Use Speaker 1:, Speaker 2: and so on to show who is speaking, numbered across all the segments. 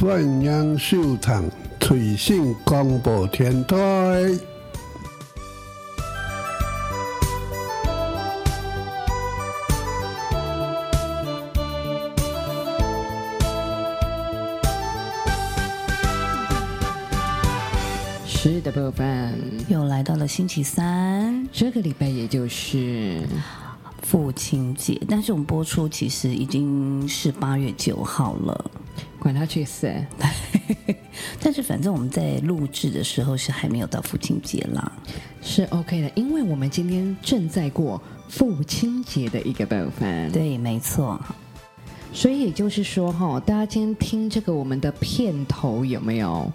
Speaker 1: 弘扬寿堂，推信广播电台。
Speaker 2: 是的部分，
Speaker 3: 又来到了星期三，
Speaker 2: 这个礼拜也就是
Speaker 3: 父亲节，但是我们播出其实已经是八月九号了，
Speaker 2: 管他去死，
Speaker 3: 但是反正我们在录制的时候是还没有到父亲节啦。
Speaker 2: 是 OK 的，因为我们今天正在过父亲节的一个部分，
Speaker 3: 对，没错，
Speaker 2: 所以也就是说哈，大家今天听这个我们的片头有没有？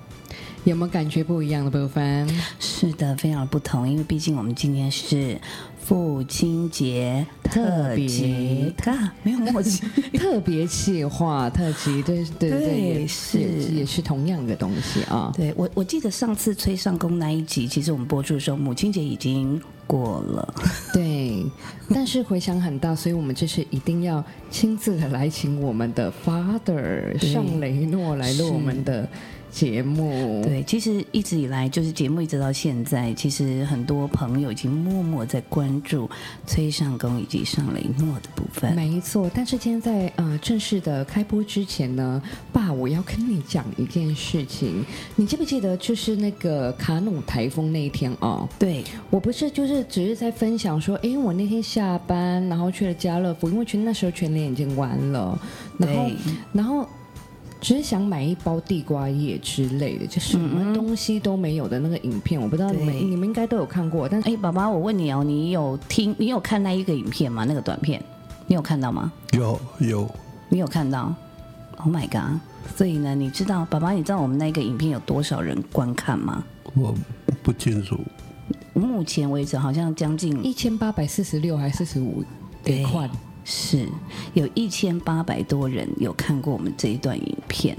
Speaker 2: 有没有感觉不一样的部 分？
Speaker 3: 是的，非常不同，因为毕竟我们今天是父亲节特辑，啊，没有默契，
Speaker 2: 特别企划、特辑，对对
Speaker 3: 对
Speaker 2: 也
Speaker 3: 是
Speaker 2: 也也是同样的东西啊。
Speaker 3: 对我，我记得上次崔尚宫那一集，其实我们播出的时候，母亲节已经过了。
Speaker 2: 对，但是回响很大，所以我们这次一定要亲自的来请我们的 Father 尚雷诺来录我们的节目。
Speaker 3: 对，其实一直以来，就是节目一直到现在，其实很多朋友已经默默在关注崔尚宫以及尚雷诺的部分。
Speaker 2: 没错，但是今天在呃正式的开播之前呢，爸，我要跟你讲一件事情。你记不记得，就是那个卡努台风那一天哦？
Speaker 3: 对，
Speaker 2: 我不是就是只是在分享说，诶，我那天下班然后去了家乐福，因为全那时候全联已经完了，然后
Speaker 3: 对，
Speaker 2: 然后只是想买一包地瓜叶之类的，就什么东西都没有的那个影片，我不知道你们
Speaker 3: 对
Speaker 2: 你们应该都有看过，但是
Speaker 3: 哎，宝宝，我问你哦，你有听，你有看那一个影片吗？那个短片，你有看到吗？
Speaker 1: 有有，
Speaker 3: 你有看到？Oh my god！所以呢，你知道，宝宝，你知道我们那个影片有多少人观看吗？
Speaker 1: 我不清楚。
Speaker 3: 目前为止，好像将近
Speaker 2: 一千八百四十六还是四十五得
Speaker 3: 对
Speaker 2: 块。
Speaker 3: 是有一千八百多人有看过我们这一段影片。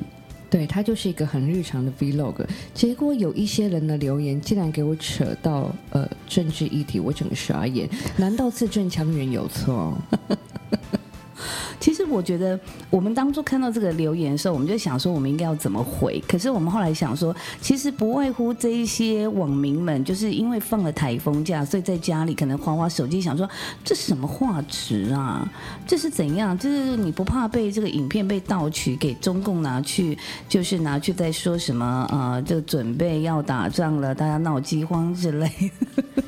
Speaker 2: 对，它就是一个很日常的 vlog。结果有一些人的留言竟然给我扯到呃政治议题，我整个傻眼。难道字正腔圆有 错？
Speaker 3: 其实我觉得，我们当初看到这个留言的时候，我们就想说我们应该要怎么回。可是我们后来想说，其实不外乎这一些网民们，就是因为放了台风假，所以在家里可能划划手机，想说这什么画质啊，这是怎样？就是你不怕被这个影片被盗取，给中共拿去，就是拿去在说什么呃，就准备要打仗了，大家闹饥荒之类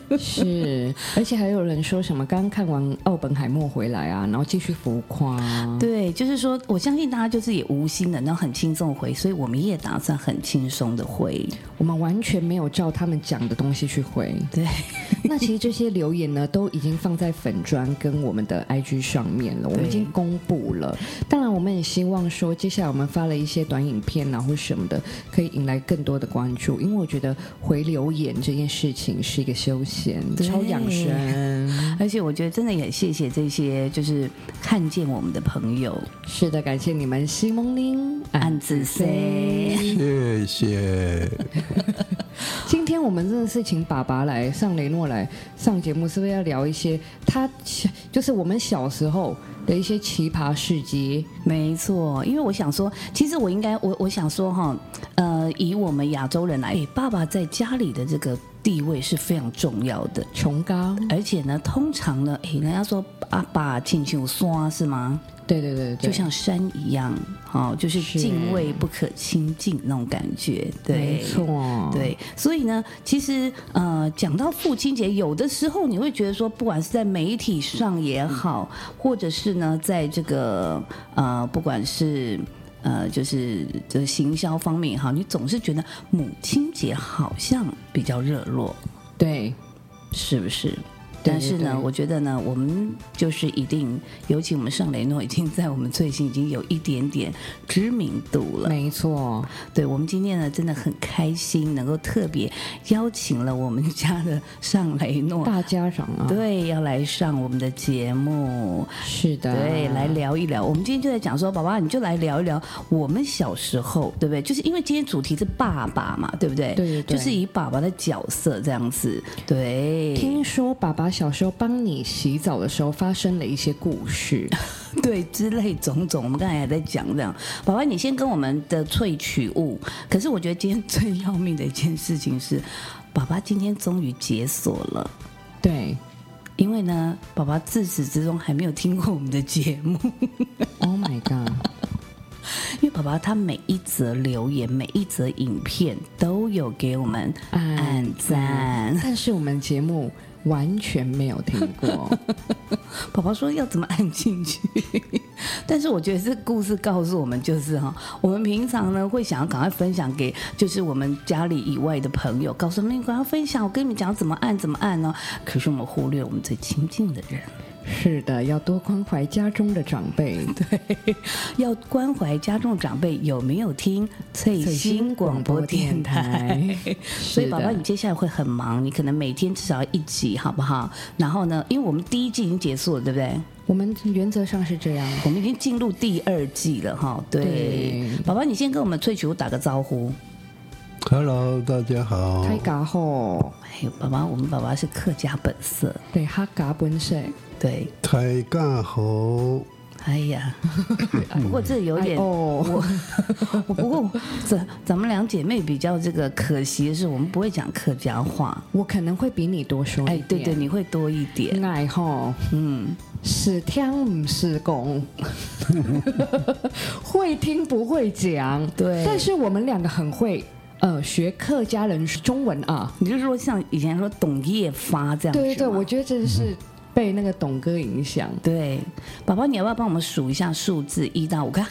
Speaker 3: 的。
Speaker 2: 是，而且还有人说什么刚看完奥本海默回来啊，然后继续浮夸。
Speaker 3: 对，就是说，我相信大家就是也无心的，然后很轻松地回，所以我们也打算很轻松的回。
Speaker 2: 我们完全没有照他们讲的东西去回。
Speaker 3: 对，
Speaker 2: 那其实这些留言呢，都已经放在粉砖跟我们的 IG 上面了，我们已经公布了。当然，我们也希望说，接下来我们发了一些短影片啊或什么的，可以引来更多的关注，因为我觉得回留言这件事情是一个休闲，
Speaker 3: 对
Speaker 2: 超养生。
Speaker 3: 而且我觉得真的也谢谢这些就是看见我们的朋友，
Speaker 2: 是的，感谢你们，西蒙林、
Speaker 3: 暗自 say
Speaker 1: 谢谢。
Speaker 2: 今天我们真的是请爸爸来上雷诺来上节目，是不是要聊一些他小就是我们小时候的一些奇葩事迹？
Speaker 3: 没错，因为我想说，其实我应该，我我想说哈，呃，以我们亚洲人来，哎，爸爸在家里的这个地位是非常重要的，
Speaker 2: 琼高，
Speaker 3: 而且呢，通常呢，哎，人家说阿爸请求刷是吗？
Speaker 2: 对对对对，
Speaker 3: 就像山一样，哦，就是
Speaker 2: 是
Speaker 3: 敬畏不可亲近那种感觉，对，
Speaker 2: 没错，，
Speaker 3: 对，所以呢，其实呃，讲到父亲节，有的时候你会觉得说，不管是在媒体上也好，
Speaker 2: 嗯
Speaker 3: 或者是呢，在这个呃，不管是呃，就是这行销方面也好，你总是觉得母亲节好像比较热络，
Speaker 2: 对
Speaker 3: 是不是？
Speaker 2: 对
Speaker 3: 但是呢，
Speaker 2: 对
Speaker 3: 我觉得呢，我们就是一定，尤其我们尚雷诺已经在我们最近已经有一点点知名度了。
Speaker 2: 没错，
Speaker 3: 对我们今天呢，真的很开心，能够特别邀请了我们家的尚雷诺，
Speaker 2: 大家长啊，
Speaker 3: 对，要来上我们的节目，
Speaker 2: 是的，
Speaker 3: 对，来聊一聊。我们今天就在讲说，宝宝你就来聊一聊我们小时候，对不对？就是因为今天主题是爸爸嘛，对不对？
Speaker 2: 对对对
Speaker 3: 就是以爸爸的角色这样子，对，
Speaker 2: 听说爸爸小时候帮你洗澡的时候发生的一些故 事。
Speaker 3: 对之类种种，我们刚才还在讲这样。宝宝，你先跟我们的萃取物。可是我觉得今天 最要命的一件事情是，爸爸今天终于解锁了，
Speaker 2: 对
Speaker 3: 因为呢，宝宝自始至终还没有听过我们的节目，
Speaker 2: ，Oh my god，
Speaker 3: 因为宝宝他每一则留言、每一则影片都有给我们
Speaker 2: 嗯
Speaker 3: 按赞。
Speaker 2: 但是我们节目完全没有听过，
Speaker 3: 宝宝说要怎么按进去？ 但是我觉得这故事告诉我们，就是哈，我们平常呢会想要赶快分享给就是我们家里以外的朋友，告诉他们你赶快分享，我跟你们讲怎么按怎么按呢、可是我们忽略我们最亲近的人，
Speaker 2: 是的，要多关怀家中的长 辈。
Speaker 3: 要关怀家中长辈有没有听翠
Speaker 2: 翠
Speaker 3: 星
Speaker 2: 星
Speaker 3: 广
Speaker 2: 广
Speaker 3: 播
Speaker 2: 播
Speaker 3: 电
Speaker 2: 电
Speaker 3: 台
Speaker 2: 台？
Speaker 3: 所以宝宝，你接下来会很忙，你可能每天至少要一集，好不好？然后呢，因为我们第一季已经结束了，对不对？
Speaker 2: 我们原则上是这样。
Speaker 3: 我们已经进入第二季了哈，对
Speaker 2: 对，
Speaker 3: 宝宝，你先跟我们萃取物打个招呼。
Speaker 1: Hello，大家好。
Speaker 2: 太嘎吼，
Speaker 3: 哎，宝宝，我们宝宝是客家本色，
Speaker 2: 对哈嘎本色，
Speaker 3: 对，
Speaker 1: 开干好，
Speaker 3: 哎 呀，不过这有点，
Speaker 2: 哎哦，
Speaker 3: 我不过咱咱们两姐妹比较这个可惜的是，我们不会讲客家话，
Speaker 2: 我可能会比你多说
Speaker 3: 哎
Speaker 2: 一，
Speaker 3: 对对，
Speaker 2: 点。
Speaker 3: 你会多一点，
Speaker 2: 爱吼，嗯，是听不是 讲，会听不会讲，
Speaker 3: 对
Speaker 2: 但是我们两个很会，呃，学客家人中文啊。
Speaker 3: 你就说像以前说董夜发这样子吗，
Speaker 2: 对对对，我觉得真是被那个董哥影响。
Speaker 3: 对，宝宝，你要不要帮我们数一下数字一 到五？ 看，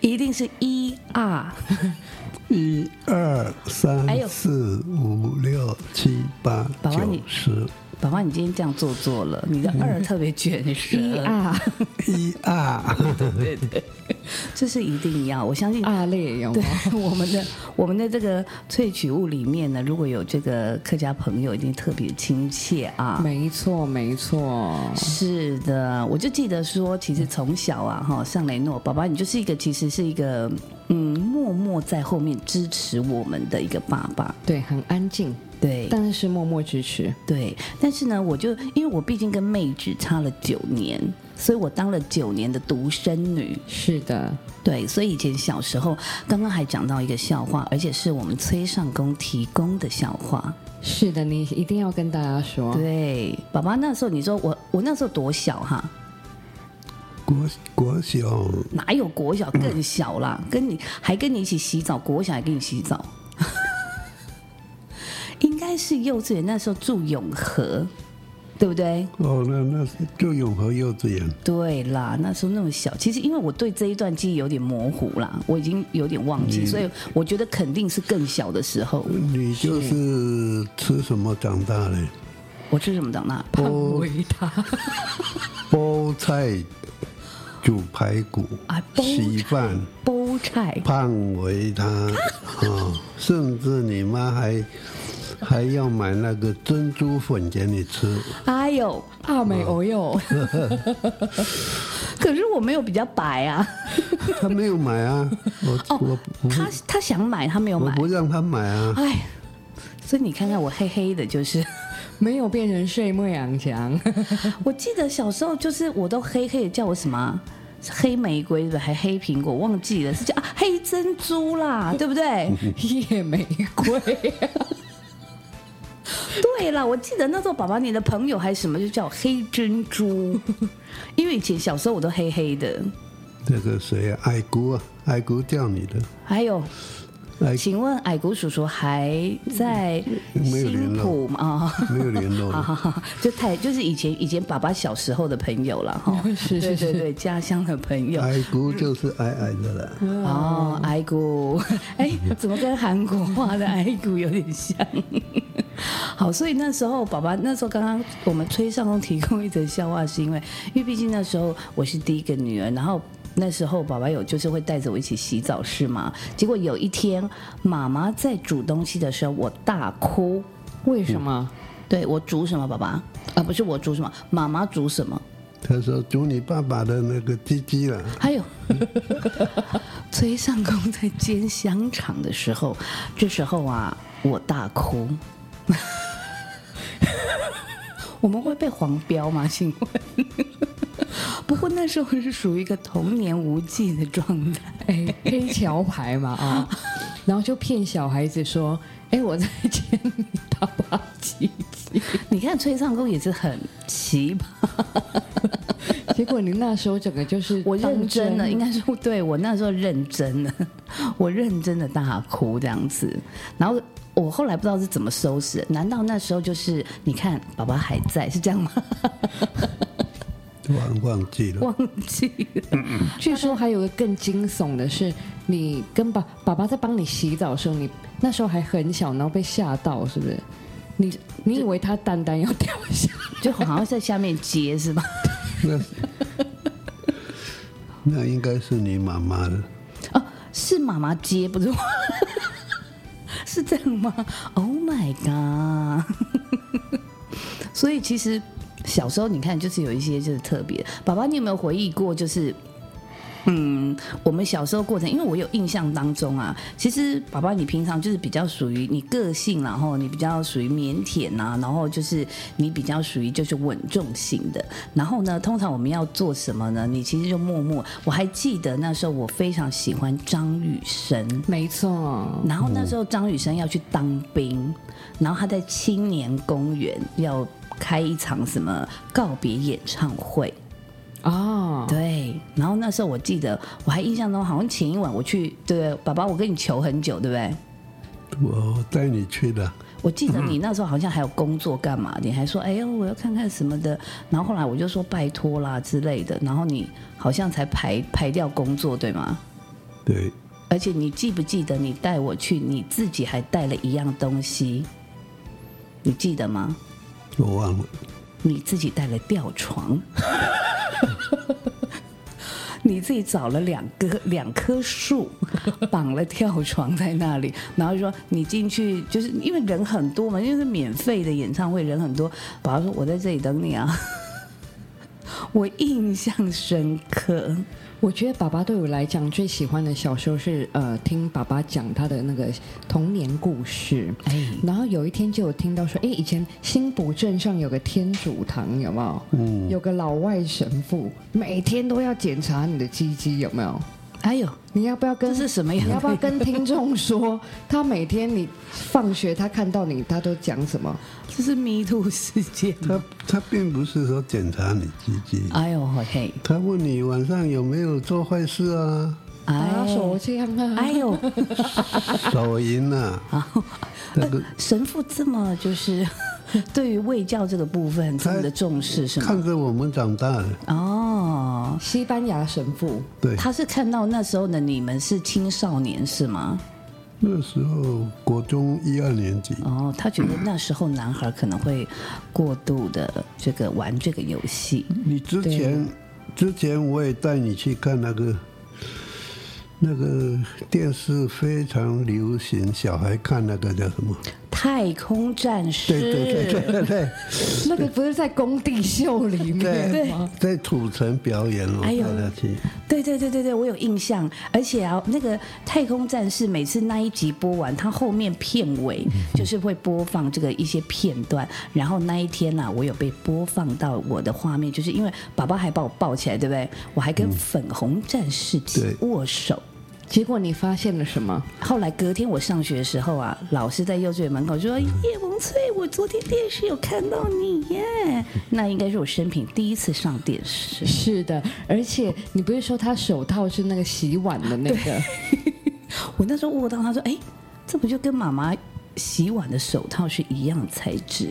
Speaker 3: 一定是一二。
Speaker 1: 一二
Speaker 3: 哎呦
Speaker 1: 三四五六七八
Speaker 3: 宝宝
Speaker 1: 九
Speaker 3: 你
Speaker 1: 十，
Speaker 3: 宝宝，你今天这样做作了，你的二特别 卷舌，
Speaker 2: 一
Speaker 3: 嗯
Speaker 2: 啊
Speaker 1: 一啊二，
Speaker 3: 这是一定要，我相信。
Speaker 2: 啊嘞，有
Speaker 3: 对
Speaker 2: 吗？
Speaker 3: 我 们的我们的这个萃取物里面呢，如果有这个客家朋友，一定特别亲切啊。
Speaker 2: 没错，没错，
Speaker 3: 是的，我就记得说，其实从小啊，哈，尚雷诺宝宝，你就是一个其实是一个嗯，默默在后面支持我们的一个爸爸。
Speaker 2: 对，很安静，
Speaker 3: 对
Speaker 2: 但是默默支持。
Speaker 3: 对，但是呢，我就因为我毕竟跟妹纸差了九年，所以我当了九年的独生女。
Speaker 2: 是的，
Speaker 3: 对，所以以前小时候，刚刚还讲到一个笑话，而且是我们崔尚宫提供的笑话。
Speaker 2: 是的，你一定要跟大家说。
Speaker 3: 对，爸爸那时候你说我我那时候多小哈，
Speaker 1: 国国小
Speaker 3: 哪有国小更小啦？跟你还跟你一起洗澡，国小还跟你洗澡， 应该是幼稚园那时候住永和，对不对？
Speaker 1: 哦，那那是就永和幼稚园，
Speaker 3: 对啦，那时候那么小，其实因为我对这一段记忆有点模糊啦，我已经有点忘记，所以我觉得肯定是更小的时候。
Speaker 1: 你就是吃什么长大的？
Speaker 3: 我吃什么长大？
Speaker 1: 哦
Speaker 2: 回答。
Speaker 1: 菠菜煮排骨
Speaker 3: 啊，菠菜
Speaker 1: 稀饭
Speaker 3: 煲菜，
Speaker 1: 胖为他啊、哦甚至你妈还还要买那个珍珠粉给你吃。
Speaker 3: 哎呦，
Speaker 2: 阿美哦哟，
Speaker 3: 可是我没有比较白啊。
Speaker 1: 他没有买 啊，我、我我不
Speaker 3: 他他想买，他哦没有
Speaker 1: 嗯我
Speaker 3: 买
Speaker 1: 不。让他买啊，
Speaker 3: 哎，所以你看看我黑黑的，就是。
Speaker 2: 没有变成睡梦养强，
Speaker 3: 我记得小时候就是我都黑黑的，叫我什么啊？是黑玫瑰对不对？还黑苹果，忘记了是叫啊黑珍珠
Speaker 1: 嗯
Speaker 3: 啦，对不对？
Speaker 2: 夜玫瑰。
Speaker 3: 对啦，我记得那时候爸爸你的朋友还什么就叫我黑珍珠， 因为以前小时候我都黑黑的。
Speaker 1: 这个谁啊？矮姑啊，矮姑叫你的，
Speaker 3: 还有，
Speaker 1: 矮
Speaker 3: 哎请问矮谷叔叔还在
Speaker 1: 没有
Speaker 3: 新
Speaker 1: 联络
Speaker 3: 浦吗？啊、
Speaker 1: 没有联络
Speaker 3: 好
Speaker 1: 了。
Speaker 3: 好好， 就太就是以前以前爸爸小时候的朋友了哈，
Speaker 2: 是是哎
Speaker 3: 对对对，家乡的朋友
Speaker 1: 矮姑就是矮矮的了，
Speaker 3: 哦，挨姑， 哎，怎么跟韩国话的挨姑有点像？ 好，所以那时候爸爸那时候刚刚我们崔尚宫提供一则笑话，是因为因为毕竟那时候我是第一个女儿，然后。那时候爸爸有就是会带着我一起洗澡是吗？结果有一天妈妈在煮东西的时候，我大哭。
Speaker 2: 为什么？
Speaker 3: 对我煮什么？爸爸啊，不是我煮什么，妈妈煮什么？
Speaker 1: 他说煮你爸爸的那个鸡鸡了。
Speaker 3: 还 有，崔尚宫在煎香肠的时候， 这时候啊，我大哭。我们会被黄标吗？请问？不过那时候是属于一个童年无忌的状态。
Speaker 2: 哎，黑桥牌嘛 啊、然后就骗小孩子说，哎，我在监你爸爸鸡鸡，
Speaker 3: 你看崔尚宫也是很奇葩，
Speaker 2: 结果你那时候整个就是
Speaker 3: 我认
Speaker 2: 当
Speaker 3: 真了，应该说对我那时候认真了，我认真的大哭这样子。然后我后来不知道是怎么收拾，难道那时候就是你看爸爸还在是这样吗？
Speaker 1: 忘忘记了，
Speaker 3: 忘记了，
Speaker 2: 据说还有个更惊悚的是，你跟爸爸爸在帮你洗澡的时候，你那时候还很小，然后被吓到，是不是？你你以为他蛋蛋要掉下来？
Speaker 3: 就好像在下面接是吧？
Speaker 1: 那那应该是你妈妈了。
Speaker 3: 哦，是妈妈接，不是我， 是这样吗？Oh my god！所 以其实小时候你看，就是有一些就是特别。宝宝，你有没有回忆过？就是嗯，我们小时候过程，因为我有印象当中啊，其实宝宝你平常就是比较属于你个性，然后你比较属于腼腆啊，然后就是你比较属于就是稳重型的。然后呢，通常我们要做什么呢？你其实就默默。我还记得那时候我非常喜欢张雨生。
Speaker 2: 没错，
Speaker 3: 然后那时候张雨生要去当兵，然后他在青年公园要开一场什么告别演唱会，
Speaker 2: 哦，
Speaker 3: 对，然后那时候我记得，我还印象中好像前一晚我去，对不对，爸爸，我跟你求很久，对不对？
Speaker 1: 我带你去的，
Speaker 3: 我记得你那时候好像还有工作干嘛，你还说，哎呦，我要看看什么的。然后后来我就说拜托啦之类的，然后你好像才排排掉工作，对吗？
Speaker 1: 对，
Speaker 3: 而且你记不记得你带我去，你自己还带了一样东西，你记得吗？
Speaker 1: 我忘了。
Speaker 3: 你自己带了吊床， 你自己找了两个两棵树， 绑了吊床在那里，然后说你进去，就是因为人很多嘛，因为是免费的演唱会，人很多。宝宝说：“我在这里等你啊。” 我印象深刻，
Speaker 2: 我觉得爸爸对我来讲最喜欢的小时候是呃，听爸爸讲他的那个童年故事。
Speaker 3: 哎，
Speaker 2: 然后有一天就有听到说，哎，以前新浦镇上有个天主堂，有没有？嗯，有个老外神父，每天都要检查你的鸡鸡有没有。
Speaker 3: 哎呦，
Speaker 2: 你要不要跟
Speaker 3: 这是什么样
Speaker 2: 你
Speaker 3: 的
Speaker 2: 要不要跟听众说，他每天你放学他看到你，他都讲什么？
Speaker 3: 这是 Me Too 事件。
Speaker 1: 他他并不是说检查你鸡鸡，
Speaker 3: 哎呦嘿，
Speaker 1: 他问你晚上有没有做坏事 啊，
Speaker 2: 打
Speaker 3: 哎
Speaker 2: 手枪啊！
Speaker 3: 哎呦，
Speaker 1: 手淫 啊，那个
Speaker 3: 神父这么就是 对于卫教这个部分这么的重视是吗？
Speaker 1: 看着我们长大的，
Speaker 3: 哦，
Speaker 2: 西班牙神父，
Speaker 1: 对，
Speaker 3: 他是看到那时候的你们是青少年是吗？
Speaker 1: 那时候国中一二年级，
Speaker 3: 哦，他觉得那时候男孩可能会过度的这个玩这个游戏，
Speaker 1: 你之前之前我也带你去看那个那个电视非常流行，小孩看那个叫什么？
Speaker 3: 太空战
Speaker 1: 对对对
Speaker 3: 士。
Speaker 1: 对对对
Speaker 2: 那个不是在工地秀里面
Speaker 1: 对
Speaker 2: 吗？，
Speaker 1: 在土城表演我
Speaker 3: 哎
Speaker 1: 带
Speaker 3: 呦
Speaker 1: 他去，
Speaker 3: 对对对对对，我有印象，而且啊，那个太空战士每次那一集播完，他后面片尾嗯就是会播放这个一些片段，然后那一天啊，我有被播放到我的画面，就是因为爸爸还把我抱起来，对不对？我还跟粉红战士
Speaker 1: 对
Speaker 3: 握手。
Speaker 2: 结果你发现了什么？
Speaker 3: 后来隔天我上学的时候啊，老师在幼稚园门口说：“叶萌翠，我昨天电视有看到你耶。”那应该是我生平第一次上电视。
Speaker 2: 是的，而且你不是说他手套是那个洗碗的那个？
Speaker 3: 我那时候握到，他说：“哎，这不就跟妈妈洗碗的手套是一样材质？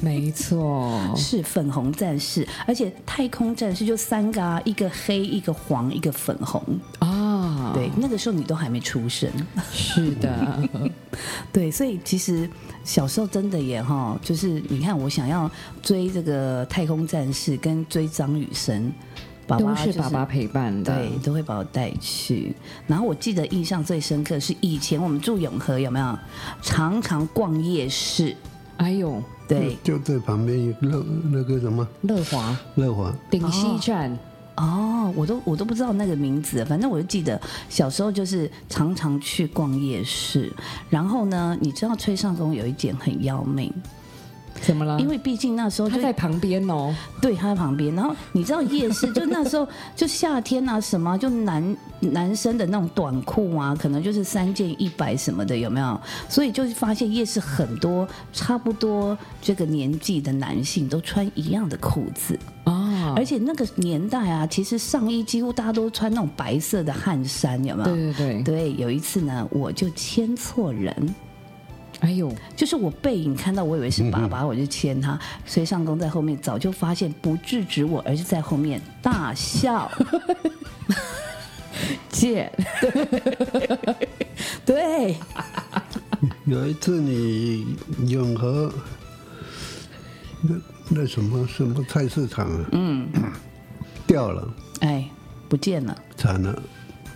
Speaker 2: 没错，
Speaker 3: 是粉红战士，而且太空战士就三个啊，一个黑，一个黄，一个粉红。
Speaker 2: 啊，
Speaker 3: 对，，那个时候你都还没出生。”
Speaker 2: 是的，
Speaker 3: 对，所以其实小时候真的也哈，就是你看，我想要追这个太空战士跟追张雨生，爸爸、
Speaker 2: 都
Speaker 3: 就是
Speaker 2: 爸爸陪伴的。
Speaker 3: 对，都会把我带去。然后我记得印象最深刻是以前我们住永和有没有，常常逛夜市，
Speaker 2: 哎呦，
Speaker 3: 对，
Speaker 1: 就在旁边有乐那个什么
Speaker 2: 乐华
Speaker 1: 乐华，
Speaker 2: 顶西站。
Speaker 3: 哦，我都我都不知道那个名字，反正我就记得小时候就是常常去逛夜市。然后呢，你知道崔尚宫有一点很要命，
Speaker 2: 怎么了？
Speaker 3: 因为毕竟那时候
Speaker 2: 嗯
Speaker 3: 就
Speaker 2: 他在旁边哦，
Speaker 3: 对，他在旁边。然后你知道夜市，就那时候 就夏天啊，什么就男男生的那种短裤啊，可能就是三件一百什么的，有没有？所以就是发现夜市很多差不多这个年纪的男性都穿一样的裤子。
Speaker 2: 啊，
Speaker 3: 而且那个年代啊，其实上衣几乎大家都穿那种白色的汗衫，有没有？
Speaker 2: 对对对，
Speaker 3: 对，有一次呢，我就牵错人，
Speaker 2: 哎呦，
Speaker 3: 就是我背影看到，我以为是
Speaker 2: 嗯
Speaker 3: 爸爸，我就牵他。隋尚公在后面早就发现，不制止我，而是在后面大 笑。姐， 对，
Speaker 1: 有一次你永和那那什么什么菜市场啊，嗯，掉了，
Speaker 3: 哎，不见了，
Speaker 1: 惨了，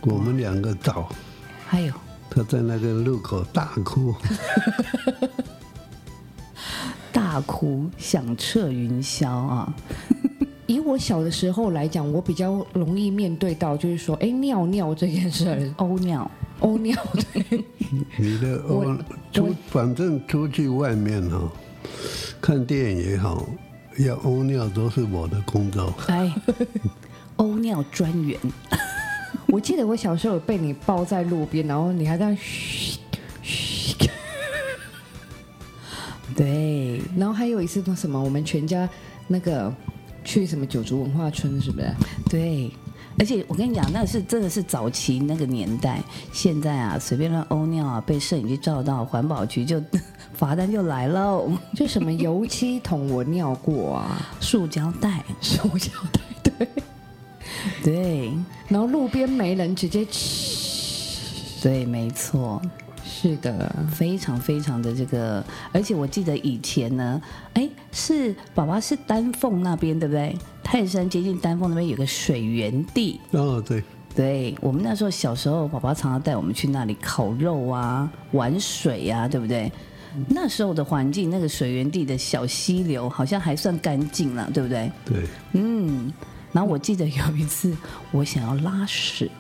Speaker 1: 我们两个找，
Speaker 3: 哎呦，
Speaker 1: 他在那个路口大哭，
Speaker 3: 大哭响彻云霄啊！
Speaker 2: 以我小的时候来讲，我比较容易面对到就是说，哎，尿尿这件事 儿，
Speaker 3: 欧尿，
Speaker 2: 哦尿，对，
Speaker 1: 你的
Speaker 2: 我
Speaker 1: 哦，出反正出去外面哦，看电影也好，要屙尿都是我的工作。
Speaker 3: 哎，欧尿专员，
Speaker 2: 我记得我小时候有被你抱在路边，然后你还在嘘嘘，
Speaker 3: 对，
Speaker 2: 然后还有一次那什么，我们全家那个去什么九族文化村是不是？
Speaker 3: 对，而且我跟你讲，那是真的是早期那个年代，现在啊随便乱欧尿啊，被摄影机照到，环保局就罚单就来喽，
Speaker 2: 就什么油漆桶我尿过啊，
Speaker 3: 塑胶袋，
Speaker 2: 手脚太对，
Speaker 3: 对
Speaker 2: 然后路边没人直接嘘，
Speaker 3: 对，没错。
Speaker 2: 是的，
Speaker 3: 非常非常的这个，而且我记得以前呢，哎，是爸爸是丹凤那边对不对？泰山接近丹凤那边有个水源地，
Speaker 1: 哦，对，
Speaker 3: 对我们那时候小时候，爸爸常常带我们去那里烤肉啊、玩水啊，对不对？那时候的环境，那个水源地的小溪流好像还算干净了，对不对？
Speaker 1: 对，
Speaker 3: 嗯。然后我记得有一次，我想要拉屎，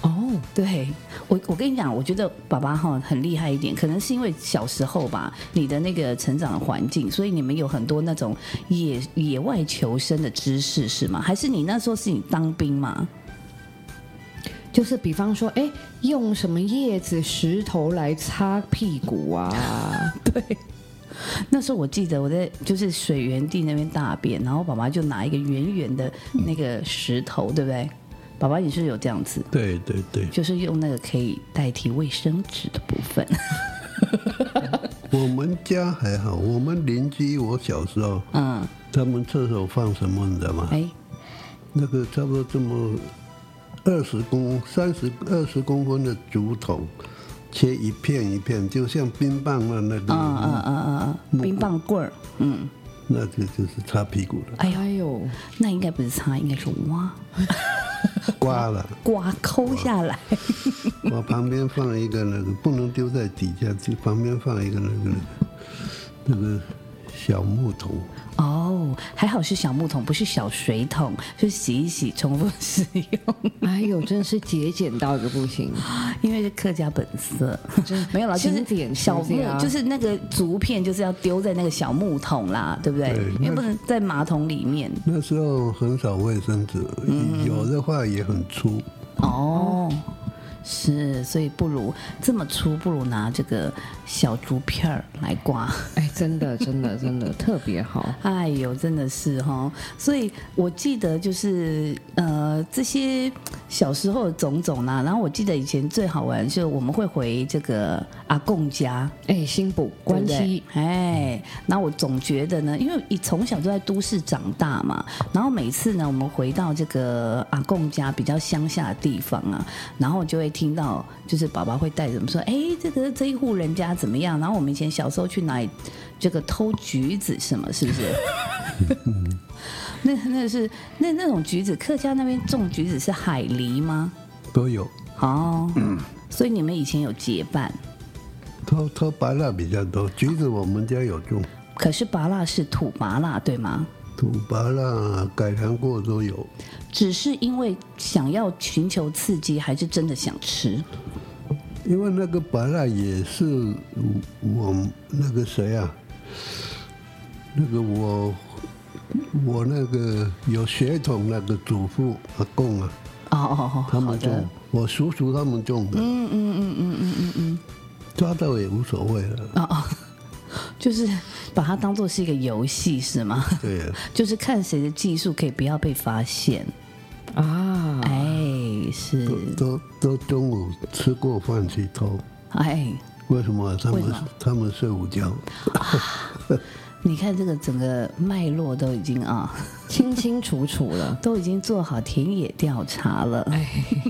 Speaker 2: 哦，
Speaker 3: 对我，我跟你讲，我觉得爸爸哈很厉害一点，可能是因为小时候吧，你的那个成长环境，所以你们有很多那种野野外求生的知识是吗？还是你那时候是你当兵吗？
Speaker 2: 就是比方说，哎，用什么叶子、石头来擦屁股 啊？
Speaker 3: 那时候我记得我在就是水源地那边大便，然后爸爸就拿一个圆圆的那个石头，对不对？爸爸也是有这样子，
Speaker 1: 对，对，对，
Speaker 3: 就是用那个可以代替卫生纸的部分。
Speaker 1: 我们家还好，我们邻居，我小时候，
Speaker 3: 嗯，
Speaker 1: 他们厕所放什么你知道吗？
Speaker 3: 哎，
Speaker 1: 那个差不多这么二十公三十二十公分的竹筒，切一片一片，就像冰棒的那个，
Speaker 3: 嗯嗯嗯嗯嗯，冰棒棍儿，嗯，
Speaker 1: 那个就是擦屁股的，
Speaker 2: 哎呦，
Speaker 3: 那应该不是擦，应该是挖
Speaker 1: 刮 了。
Speaker 3: 刮抠下 来。
Speaker 1: 我旁边放一个那个，不能丢在底下，就旁边放一个那个那个那个小木桶。
Speaker 3: 哦，还好是小木桶，不是小水桶，就洗一洗，重复使用，
Speaker 2: 哎呦，真的是节俭到一个不 行。
Speaker 3: 因为是客家本色。没有啦，就
Speaker 2: 勤
Speaker 3: 是
Speaker 2: 俭
Speaker 3: 小
Speaker 2: 持
Speaker 3: 木
Speaker 2: 家，
Speaker 3: 就是那个竹片，就是要丢在那个小木桶啦，对不对
Speaker 1: 对？
Speaker 3: 因为
Speaker 1: 那
Speaker 3: 不能在马桶里面。
Speaker 1: 那时候很少卫生纸，
Speaker 3: 嗯
Speaker 1: 有的话也很粗。
Speaker 3: 哦，是，所以不如这么粗，不如拿这个小竹片儿来刮。
Speaker 2: 哎，真的，真的，真的特别好。
Speaker 3: 哎呦，真的是哦，所以我记得就是呃这些小时候的种种啦、然后我记得以前最好玩就是我们会回这个阿公家，
Speaker 2: 哎，新补
Speaker 3: 对
Speaker 2: 关
Speaker 3: 不对
Speaker 2: 系，
Speaker 3: 哎，那我总觉得呢，因为你从小就在都市长大嘛，然后每次呢，我们回到这个阿公家比较乡下的地方啊，然后就会听到，就是爸爸会带着我们说，哎，这个这一户人家怎么样？然后我们以前小时候去哪里，这个偷橘子什么，是不是？ 那那是那那种橘子，客家那边种橘子是海梨吗？
Speaker 1: 都有，
Speaker 3: 哦，所以你们以前有结伴，
Speaker 1: 偷偷白蜡比较多，橘子我们家有种，
Speaker 3: 可是拔蜡是土拔蜡对吗？
Speaker 1: 土白蜡改良过都有，
Speaker 3: 只是因为想要寻求刺激，还是真的想吃？
Speaker 1: 因为那个白蜡也是我我那个谁啊，那个我我那个有血统那个祖父阿公啊，
Speaker 3: 哦哦
Speaker 1: 他
Speaker 3: 哦，好
Speaker 1: 们
Speaker 3: 的
Speaker 1: 种，，我叔叔他们种的，
Speaker 3: 嗯嗯嗯嗯嗯嗯嗯，
Speaker 1: 抓到也无所谓了。
Speaker 3: 哦 哦，就是把它当做是一个游戏是吗？
Speaker 1: 对啊，
Speaker 3: 就是看谁的技术可以不要被发现。
Speaker 2: 啊，
Speaker 3: 哎，是，
Speaker 1: 都都中午吃过饭去偷，
Speaker 3: 哎，
Speaker 1: 为什么他
Speaker 3: 为什
Speaker 1: 们
Speaker 3: 么
Speaker 1: 他们睡午觉？
Speaker 3: 你看这个整个脉络都已经啊，
Speaker 2: 清清楚楚了。哎
Speaker 3: 都已经做好田野调查了。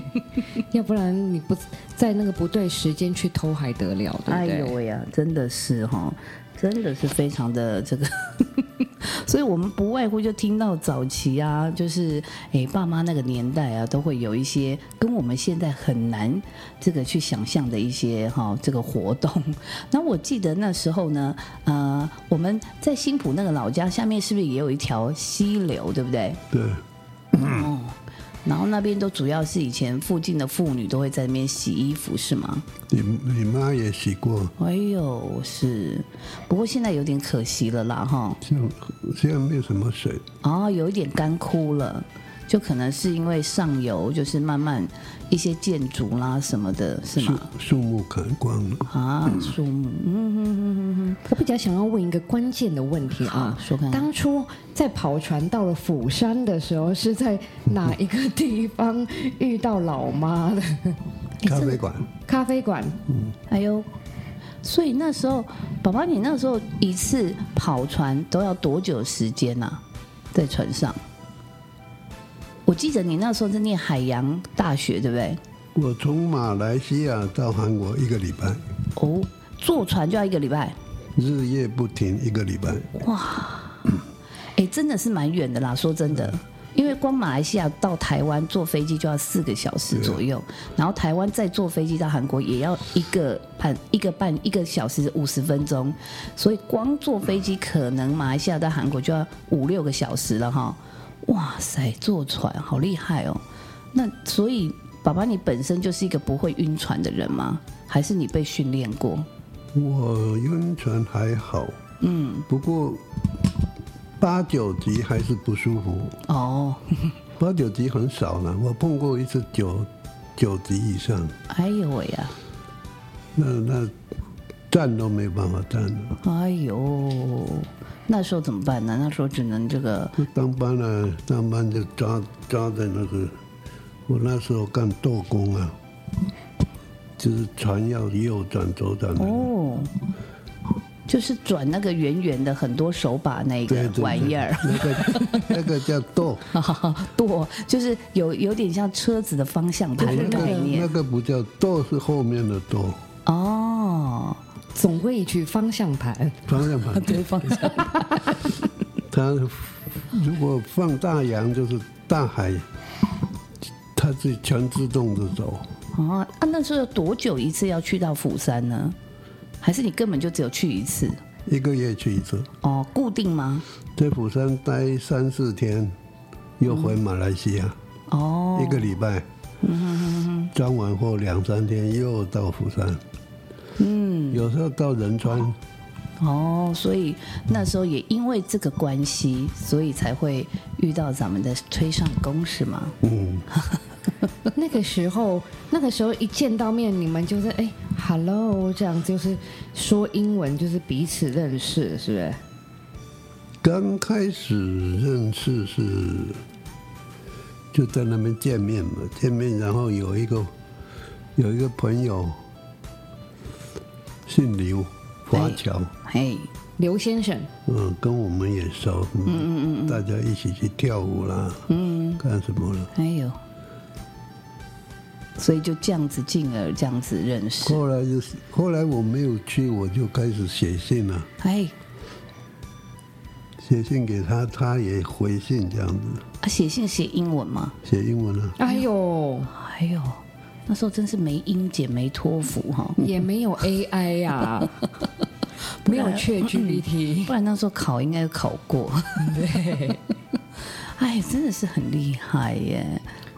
Speaker 2: 要不然你不在那个不对时间去偷还得了，对
Speaker 3: 哎
Speaker 2: 不对？
Speaker 3: 呦喂呀，真的是哈，真的是非常的这个。 所以，我们不外乎就听到早期啊，就是哎，爸妈那个年代啊，都会有一些跟我们现在很难这个去想象的一些哈、这个活动。那我记得那时候呢，呃，我们在新浦那个老家下面是不是也有一条溪流，对不对？
Speaker 1: 对，
Speaker 2: 嗯
Speaker 3: 哦，然后那边都主要是以前附近的妇女都会在那边洗衣服，是吗？
Speaker 1: 你你妈也洗过，
Speaker 3: 哎呦，是，不过现在有点可惜了啦，哈，
Speaker 1: 像像没什么水，
Speaker 3: 哦，有一点干枯了，就可能是因为上游就是慢慢一些建筑啦什么的，是
Speaker 1: 树
Speaker 3: 吗？
Speaker 1: 树木砍光了。
Speaker 3: 啊，树木，嗯哼哼哼哼，
Speaker 2: 我比较想要问一个关键的问题啊
Speaker 3: 好，说看看
Speaker 2: 当初在跑船到了釜山的时候，是在哪一个地方遇到老妈的？
Speaker 1: 咖啡馆，
Speaker 2: 咖啡馆
Speaker 3: 哎呦，所以那时候，宝宝，你那时候一次跑船都要多久时间呐、在船上？我记得你那时候在念海洋大学，对不对？
Speaker 1: 我从马来西亚到韩国一个礼拜，
Speaker 3: 哦，坐船就要一个礼拜。
Speaker 1: 日夜不停一个礼拜。
Speaker 3: 哎、真的是蛮远的啦，说真的。因为光马来西亚到台湾坐飞机就要四个小时左右，然后台湾再坐飞机到韩国也要一个半一个半一个小时五十分钟，所以光坐飞机可能马来西亚到韩国就要五六个小时了哈。哇塞，坐船好厉害哦！那所以爸爸你本身就是一个不会晕船的人吗？还是你被训练过？
Speaker 1: 我晕船还好，嗯，不过八九级还是不舒服，
Speaker 3: 哦，
Speaker 1: 八九级很少了，我碰过一次九九级以上，
Speaker 3: 哎呦喂呀、
Speaker 1: 那那站都没办法站了。
Speaker 3: 哎呦，那时候怎么办呢？那时候只能这个
Speaker 1: 就当班啊，当班就抓抓在那个，我那时候干舵工啊，就是船要右转左转的，
Speaker 3: 哦，就是转那个圆圆的很多手把那
Speaker 1: 对
Speaker 3: 个玩意儿，，
Speaker 1: 对对那个那个叫舵，
Speaker 3: 舵就是有有点像车子的方向盘
Speaker 1: 那
Speaker 3: 的概
Speaker 1: 个那
Speaker 3: 念
Speaker 1: 个不叫舵，是后面的舵，
Speaker 3: 哦。
Speaker 2: 总归一句方向盘，
Speaker 1: 方向盘。
Speaker 3: 对方向
Speaker 1: 它如果放大洋就是大海，它是全自动的走。
Speaker 3: 哦啊，那时候有多久一次要去到釜山呢？还是你根本就只有去一次？
Speaker 1: 一个月去一次，
Speaker 3: 哦，固定吗？
Speaker 1: 在釜山待三四天，又回马来西亚、
Speaker 3: 哦，
Speaker 1: 一个礼拜，嗯装完货两三天又到釜山，嗯，有时候到仁川，
Speaker 3: 哦，所以那时候也因为这个关系，所以才会遇到咱们的推上公是吗？
Speaker 1: 嗯，
Speaker 2: 那个时候，那个时候一见到面，你们就是哎，hello，这样就是说英文，就是彼此认识，是不是？
Speaker 1: 刚开始认识是就在那边见面嘛，见面然后有一个有一个朋友姓刘，华侨，
Speaker 3: 嘿，
Speaker 2: 刘先生，
Speaker 1: 嗯，跟我们也熟，嗯嗯嗯，大家一起去跳舞啦，嗯，干什么了？
Speaker 3: 哎呦，所以就这样子，进而这样子认识。
Speaker 1: 后来就是后来我没有去，我就开始写信了，
Speaker 3: 哎，
Speaker 1: 写信给他，他也回信这样子，
Speaker 3: 啊，写信写英文吗？
Speaker 1: 写英文啊，
Speaker 2: 哎呦，
Speaker 3: 哎呦，那时候真是没英检没托福哈、
Speaker 2: 也没有 AI 呀、 啊，没有确 GPT。
Speaker 3: 不然那时候考应该 有考过。对，哎，真的是很厉害耶！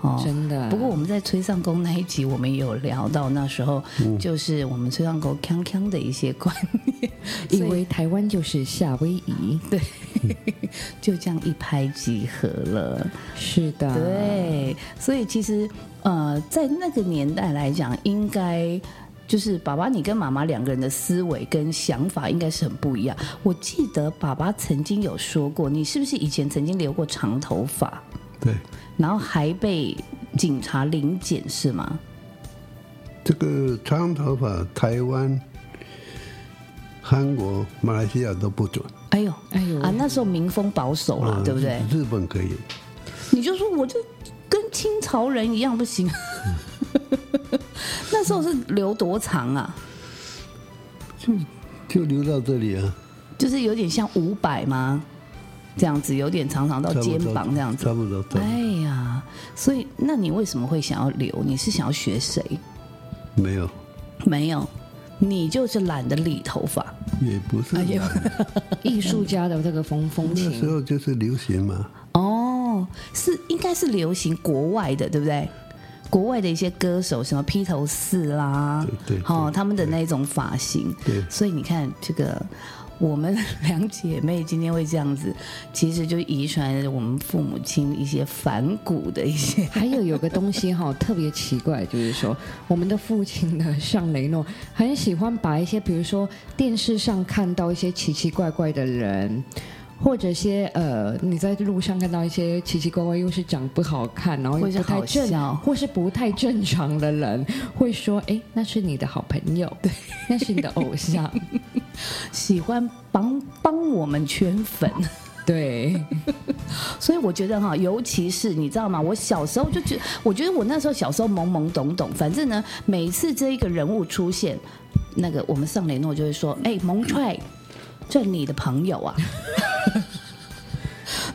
Speaker 3: 哦
Speaker 2: 真的。
Speaker 3: 不过我们在崔尚宫那一集，我们也有聊到，那时候就是我们崔尚宫锵锵的一些观念，
Speaker 2: 以为台湾就是夏威夷，
Speaker 3: 就这样一拍即合了。
Speaker 2: 是
Speaker 3: 啊
Speaker 2: 的，，
Speaker 3: 对，所以其实呃，在那个年代来讲，应该。就是爸爸，你跟妈妈两个人的思维跟想法应该是很不一样。我记得爸爸曾经有说过，你是不是以前曾经留过长头发，
Speaker 1: 对，
Speaker 3: 然后还被警察临检是吗？
Speaker 1: 这个长头发，台湾、韩国、马来西亚都不准啊
Speaker 3: 哎呦，
Speaker 2: 哎呦
Speaker 3: 啊，那时候民风保守
Speaker 1: 嗯
Speaker 3: 啦，对不对？
Speaker 1: 日本可以，
Speaker 3: 你就说我就跟清朝人一样不行。 那时候是留多长啊？
Speaker 1: 就留到这里啊，
Speaker 3: 就是有点像五百吗？这样子有点长长到
Speaker 1: 差不多
Speaker 3: 肩膀这样子。
Speaker 1: 差不多，差不多
Speaker 3: 哎呀，所以那你为什么会想要留？你是想要学谁？
Speaker 1: 没有，
Speaker 3: 没有，你就是懒得理头发。
Speaker 1: 也不
Speaker 3: 哎
Speaker 1: 是吧。
Speaker 2: 艺术家的这个风风
Speaker 1: 那时
Speaker 2: 情，
Speaker 1: 候就是流行嘛，
Speaker 3: 哦，是应该是流行国外的，对不对？国外的一些歌手，什么披头士啦
Speaker 1: 对对，对
Speaker 3: 哦，他们的那种发型，
Speaker 1: 对
Speaker 3: 所以你看这个。我们两姐妹今天会这样子，其实就遗传我们父母亲一些反骨的一些，
Speaker 2: 还有有个东西哈、特别奇怪，就是说我们的父亲呢，像雷诺，很喜欢把一些比如说电视上看到一些奇奇怪怪的人。或者一些呃，你在路上看到一些奇奇怪怪，又是长不好看，然后又
Speaker 3: 或是
Speaker 2: 不太
Speaker 3: 好
Speaker 2: 正
Speaker 3: 笑
Speaker 2: 或是不太正常的人，会说：“哎，那是你的好朋友，对，那是你的偶 像。
Speaker 3: 喜欢帮帮我们圈粉。”
Speaker 2: 对，
Speaker 3: 所以我觉得哈，尤其是你知道吗？我小时候就觉，我觉得我那时候小时候懵懵懂懂，反正呢，每一次这一个人物出现，那个我们上联诺就会说：“哎、蒙踹，这你的朋友啊。”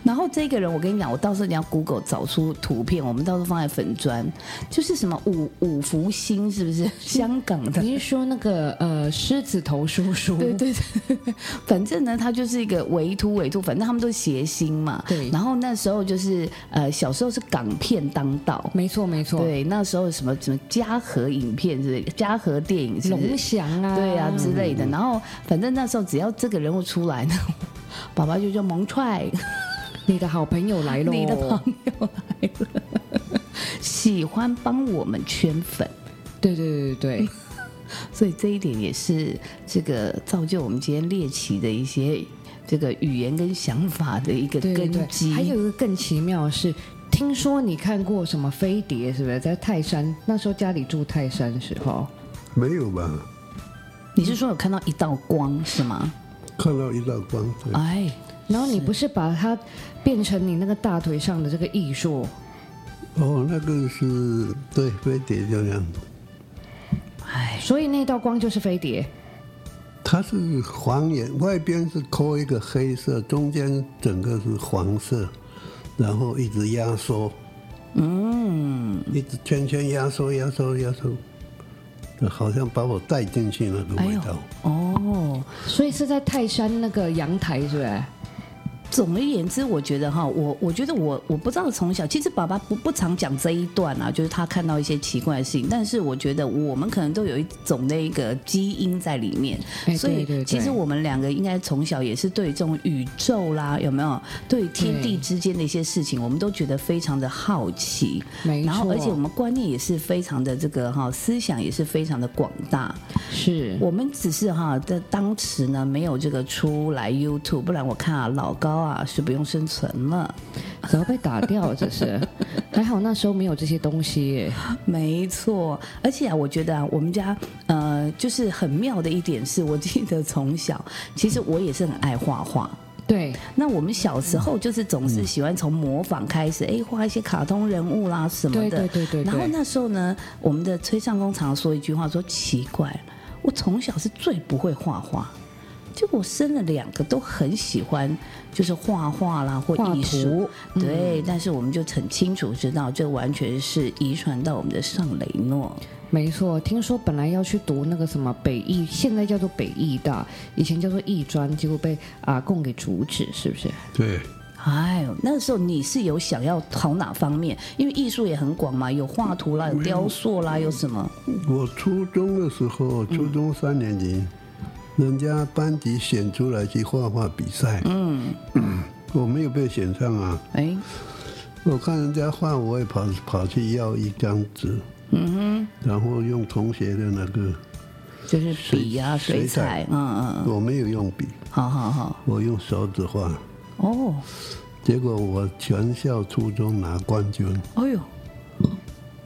Speaker 3: 然后这个人，我跟你讲，我到时候你要 Google 找出图片，我们到时候放在粉砖，就是什么五五福星，是不是香港的？
Speaker 2: 你是说那个呃狮子头叔叔？
Speaker 3: 对对对， 反正呢，他就是一个维图维图，反正他们都是谐星嘛。
Speaker 2: 对
Speaker 3: 然后那时候就是呃，小时候是港片当道。
Speaker 2: 没错没错，
Speaker 3: 对，那时候什么什么嘉禾影片之类的，嘉禾电影是不是
Speaker 2: 龙翔啊，
Speaker 3: 对啊之类的。然后反正那时候只要这个人物出来呢， 爸爸就叫萌踹，
Speaker 2: 你的好朋友来喽，
Speaker 3: 你的朋友来了，喜欢帮我们圈粉。
Speaker 2: 对对对对
Speaker 3: 所以这一点也是这个造就我们今天猎奇的一些这个语言跟想法的一个
Speaker 2: 对对
Speaker 3: 根
Speaker 2: 对，
Speaker 3: 基。
Speaker 2: 还 有一个更奇妙的是。听说你看过什么飞碟，是不是？在泰山那时候家里住泰山的时候，
Speaker 1: 没有吧？
Speaker 3: 你是说有看到一道光是吗？
Speaker 1: 看到一道光，对
Speaker 3: 哎，
Speaker 2: 然后你不是把它变成你那个大腿上的这个艺术，
Speaker 1: 哦，那个是对飞碟这样，
Speaker 3: 哎，
Speaker 2: 所以那道光就是飞碟。
Speaker 1: 它是黄颜，外边是抠一个黑色，中间整个是黄色，然后一直压缩，嗯，一直圈圈压缩压缩压缩，好像把我带进去那个
Speaker 3: 哎
Speaker 1: 味
Speaker 3: 呦
Speaker 1: 道。
Speaker 3: 哦，
Speaker 2: 所以是在泰山那个阳台，是不是？
Speaker 3: 总而言之，我觉得哈，我我觉得我我不知道从小，其实爸爸不不常讲这一段啊，就是他看到一些奇怪的事情，但是我觉得我们可能都有一种那个基因在里面，
Speaker 2: 哎
Speaker 3: 所
Speaker 2: 对对
Speaker 3: 以
Speaker 2: 对
Speaker 3: 其实我们两个应该从小也是对这种宇宙啦，有没有对天地
Speaker 2: 对
Speaker 3: 之间的一些事情，我们都觉得非常的好奇，
Speaker 2: 没错
Speaker 3: 然后而且我们观念也是非常的这个哈，思想也是非常的广大，
Speaker 2: 是
Speaker 3: 我们只是哈在当时呢没有这个出来 YouTube，不然我看啊老高啊是不用生存了。
Speaker 2: 早被打掉，这 是。还好那时候没有这些东西耶。
Speaker 3: 没错，而且啊，我觉得啊，我们家呃就是很妙的一点是，我记得从小其实我也是很爱画画。
Speaker 2: 对，
Speaker 3: 那我们小时候就是总
Speaker 2: 嗯
Speaker 3: 是喜欢从模仿开始，哎，画一些卡通人物啦什么的。
Speaker 2: 对对对对对
Speaker 3: 然后那时候呢，我们的崔尚工常说一句话，说奇怪，我从小是最不会画画，结果我生了两个都很喜欢，就是画画啦或
Speaker 2: 画
Speaker 3: 艺术
Speaker 2: 图。
Speaker 3: 对，但是我们就很清楚知道，这完全是遗传到我们的尚雷诺。
Speaker 2: 没错。听说本来要去读那个什么北艺，现在叫啊做北艺大，以前叫做艺专，结果被阿贡给阻止，是不是？
Speaker 1: 对，
Speaker 3: 哎呦，那个时候你是有想要朝哪方面？因为艺术也很广嘛，有画图啦，有雕塑啦，有什么？
Speaker 1: 我初中的时候，初中三年级，人家班级选出来去画画比赛，嗯，我没有被选上啊。
Speaker 3: 哎，
Speaker 1: 我看人家画，我也跑跑去要一张纸，嗯哼，然后用同学的那个，
Speaker 3: 就是笔啊，
Speaker 1: 水水
Speaker 3: 水
Speaker 1: 彩
Speaker 3: 彩，嗯嗯，嗯
Speaker 1: 我没有用笔，
Speaker 3: 好好好，
Speaker 1: 我用手指画，
Speaker 3: 哦，
Speaker 1: 结果我全校初中拿冠军，
Speaker 3: 哎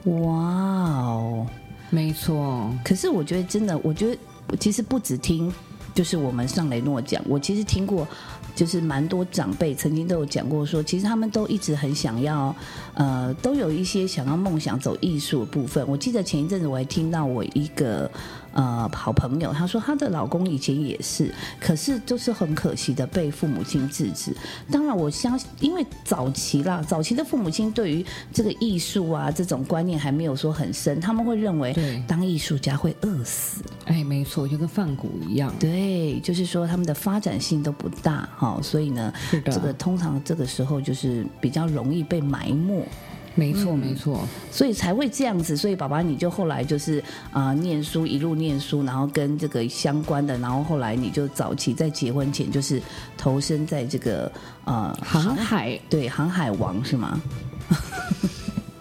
Speaker 3: 呦，哇哦！
Speaker 2: 没错，
Speaker 3: 可是我觉得真的，我觉得其实不只听，就是我们上雷诺讲，我其实听过，就是蛮多长辈曾经都有讲过说，其实他们都一直很想要，呃，都有一些想要梦想走艺术的部分。我记得前一阵子我还听到我一个呃好朋友，她说她的老公以前也是，可是就是很可惜的被父母亲制止。当然，我相信，因为早期啦，早期的父母亲对于这个艺术啊这种观念还没有说很深，他们会认为
Speaker 2: 对
Speaker 3: 当艺术家会饿死。
Speaker 2: 哎，没错，就跟放骨一样。
Speaker 3: 对，就是说他们的发展性都不大哈、哦所以呢，
Speaker 2: 是的
Speaker 3: 这个通常这个时候就是比较容易被埋没，
Speaker 2: 没错，没错，
Speaker 3: 所以才会这样子。所以爸爸你就后来就是啊、呃念书一路念书，然后跟这个相关的，然后后来你就早期在结婚前就是投身在这个呃
Speaker 2: 航海
Speaker 3: 对航海王是吗？